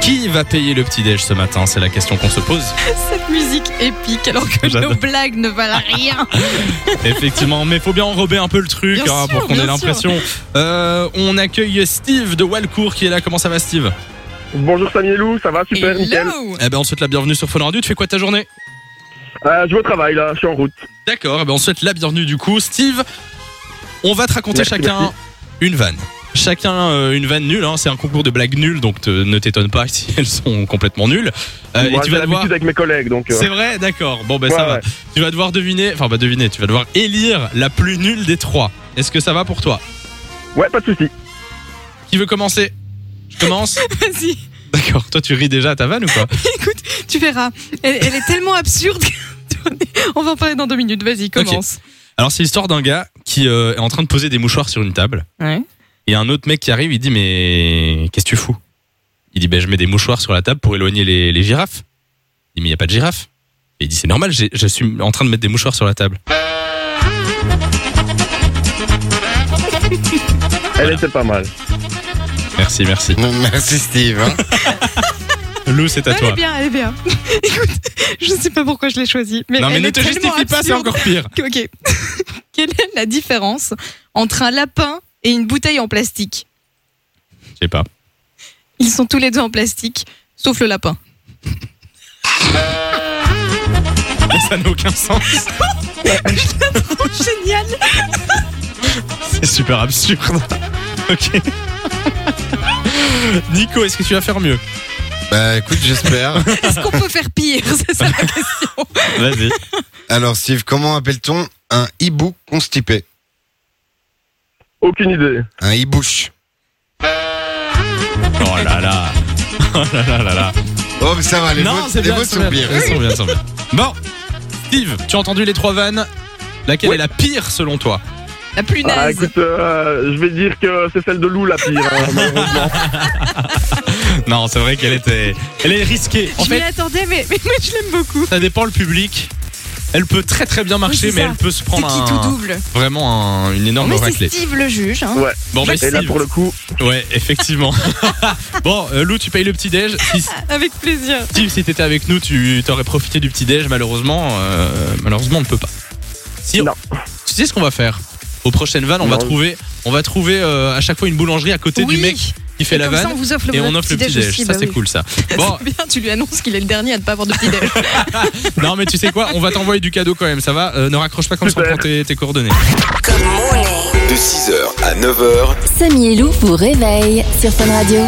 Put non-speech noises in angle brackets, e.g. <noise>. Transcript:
Qui va payer le petit-déj ce matin C'est la question qu'on se <laughs> pose. Cette musique épique, alors que nos J'adore. blagues ne valent <laughs> rien. Effectivement, mais faut bien enrober un peu le truc hein, Bien sûr, pour qu'on bien ait l'impression. Euh, on accueille Steve de Walcourt qui est là. Comment ça va, Steve Bonjour Samielou, ça va super, nickel. Hello Eh ben, on te souhaite la bienvenue sur Fun Radio. Tu fais quoi de ta journée Euh, je vais au travail là, je suis en route. D'accord. Eh ben, on te souhaite la bienvenue du coup, Steve. On va te raconter Merci, chacun merci. une vanne. Chacun euh, une vanne nulle. hein. C'est un concours de blagues nulles, donc te- ne t'étonne pas <laughs> si elles sont complètement nulles. Euh, Moi, et tu j'ai vas devoir. l'habitude avec mes collègues donc. euh, C'est vrai, d'accord. Bon, ben ouais, ça va. ouais. Tu vas devoir deviner, enfin, bah deviner, tu vas devoir élire la plus nulle des trois. Est-ce que ça va pour toi Ouais, pas de soucis. Qui veut commencer Je <laughs> commence Vas-y, D'accord, toi tu ris déjà à ta vanne ou quoi tu verras. Elle, elle est tellement absurde que- <laughs> On va en parler dans deux minutes, vas-y, commence. Alors c'est l'histoire d'un gars qui euh, est en train de poser des mouchoirs sur une table. Ouais. Et un autre mec qui arrive, il dit mais qu'est-ce que tu fous Il dit ben je mets des mouchoirs sur la table pour éloigner les, les girafes. Il dit mais il n'y a pas de girafes. Et il dit c'est normal, j'ai- je suis en train de mettre des mouchoirs sur la table. Elle était pas mal. Merci, merci. <laughs> Merci <laughs> Steve. hein. Lou, c'est à Elle est toi. bien, elle est bien. <laughs> Écoute, je ne sais pas pourquoi je l'ai choisie, mais Non mais elle ne est te tellement justifie pas, c'est absurde encore pire. que- Ok. <laughs> Quelle est la différence entre un lapin et une bouteille en plastique Je sais pas. Ils sont tous les deux en plastique, sauf <laughs> le lapin. Ça n'a aucun sens. Oh, génial C'est super absurde. <laughs> Ok. Nico, est-ce que tu vas faire mieux Bah écoute, j'espère. Est-ce qu'on peut faire pire <laughs> C'est ça la question. Vas-y. Alors Steve, comment appelle-t-on un hibou constipé Aucune idée. Un hibouche. Oh là là. Oh là là là là. Oh mais ça va, les mots, les mots c'est sont bien, pires. c'est bien, c'est bien. Bon, Steve, tu as entendu les trois vannes. Laquelle Oui. est la pire selon toi La plus Ah, naze. écoute, euh, je vais dire que c'est celle de Lou la pire. hein, <laughs> malheureusement. <laughs> Non, c'est vrai qu'elle était. Elle est risquée. En je m'y fait, attendais, mais, mais moi je l'aime beaucoup. ça dépend le public. Elle peut très très bien Oui, marcher, c'est mais ça. elle peut se C'est prendre qui tout un, double vraiment un- une énorme Mais c'est raclée. Steve le juge. hein. Ouais. Bon, bah, Et là Steve. pour le coup, Ouais, <laughs> effectivement. bon, euh, Lou, tu payes le petit déj. Si, Avec plaisir. Steve, si t'étais avec nous, tu t'aurais profité du petit déj. Malheureusement, euh, malheureusement, on ne peut pas. Si on- Non. tu sais ce qu'on va faire Aux prochaines vannes, on va Non. trouver, on va trouver euh, à chaque fois une boulangerie à côté oui. du mec qui fait Et la comme ça, vanne. on vous offre le et on votre offre le petit petit-déj déj. aussi, Ça, bah c'est oui. cool, ça. <laughs> Bon, C'est bien, tu lui annonces qu'il est le dernier à ne pas avoir de <laughs> petit déj. non, mais tu sais quoi On va t'envoyer du cadeau quand même. Ça va Euh, Ne raccroche pas quand on Super. prend tes, tes coordonnées. De 6h à 9h, Samy et Lou vous réveille sur Fun Radio.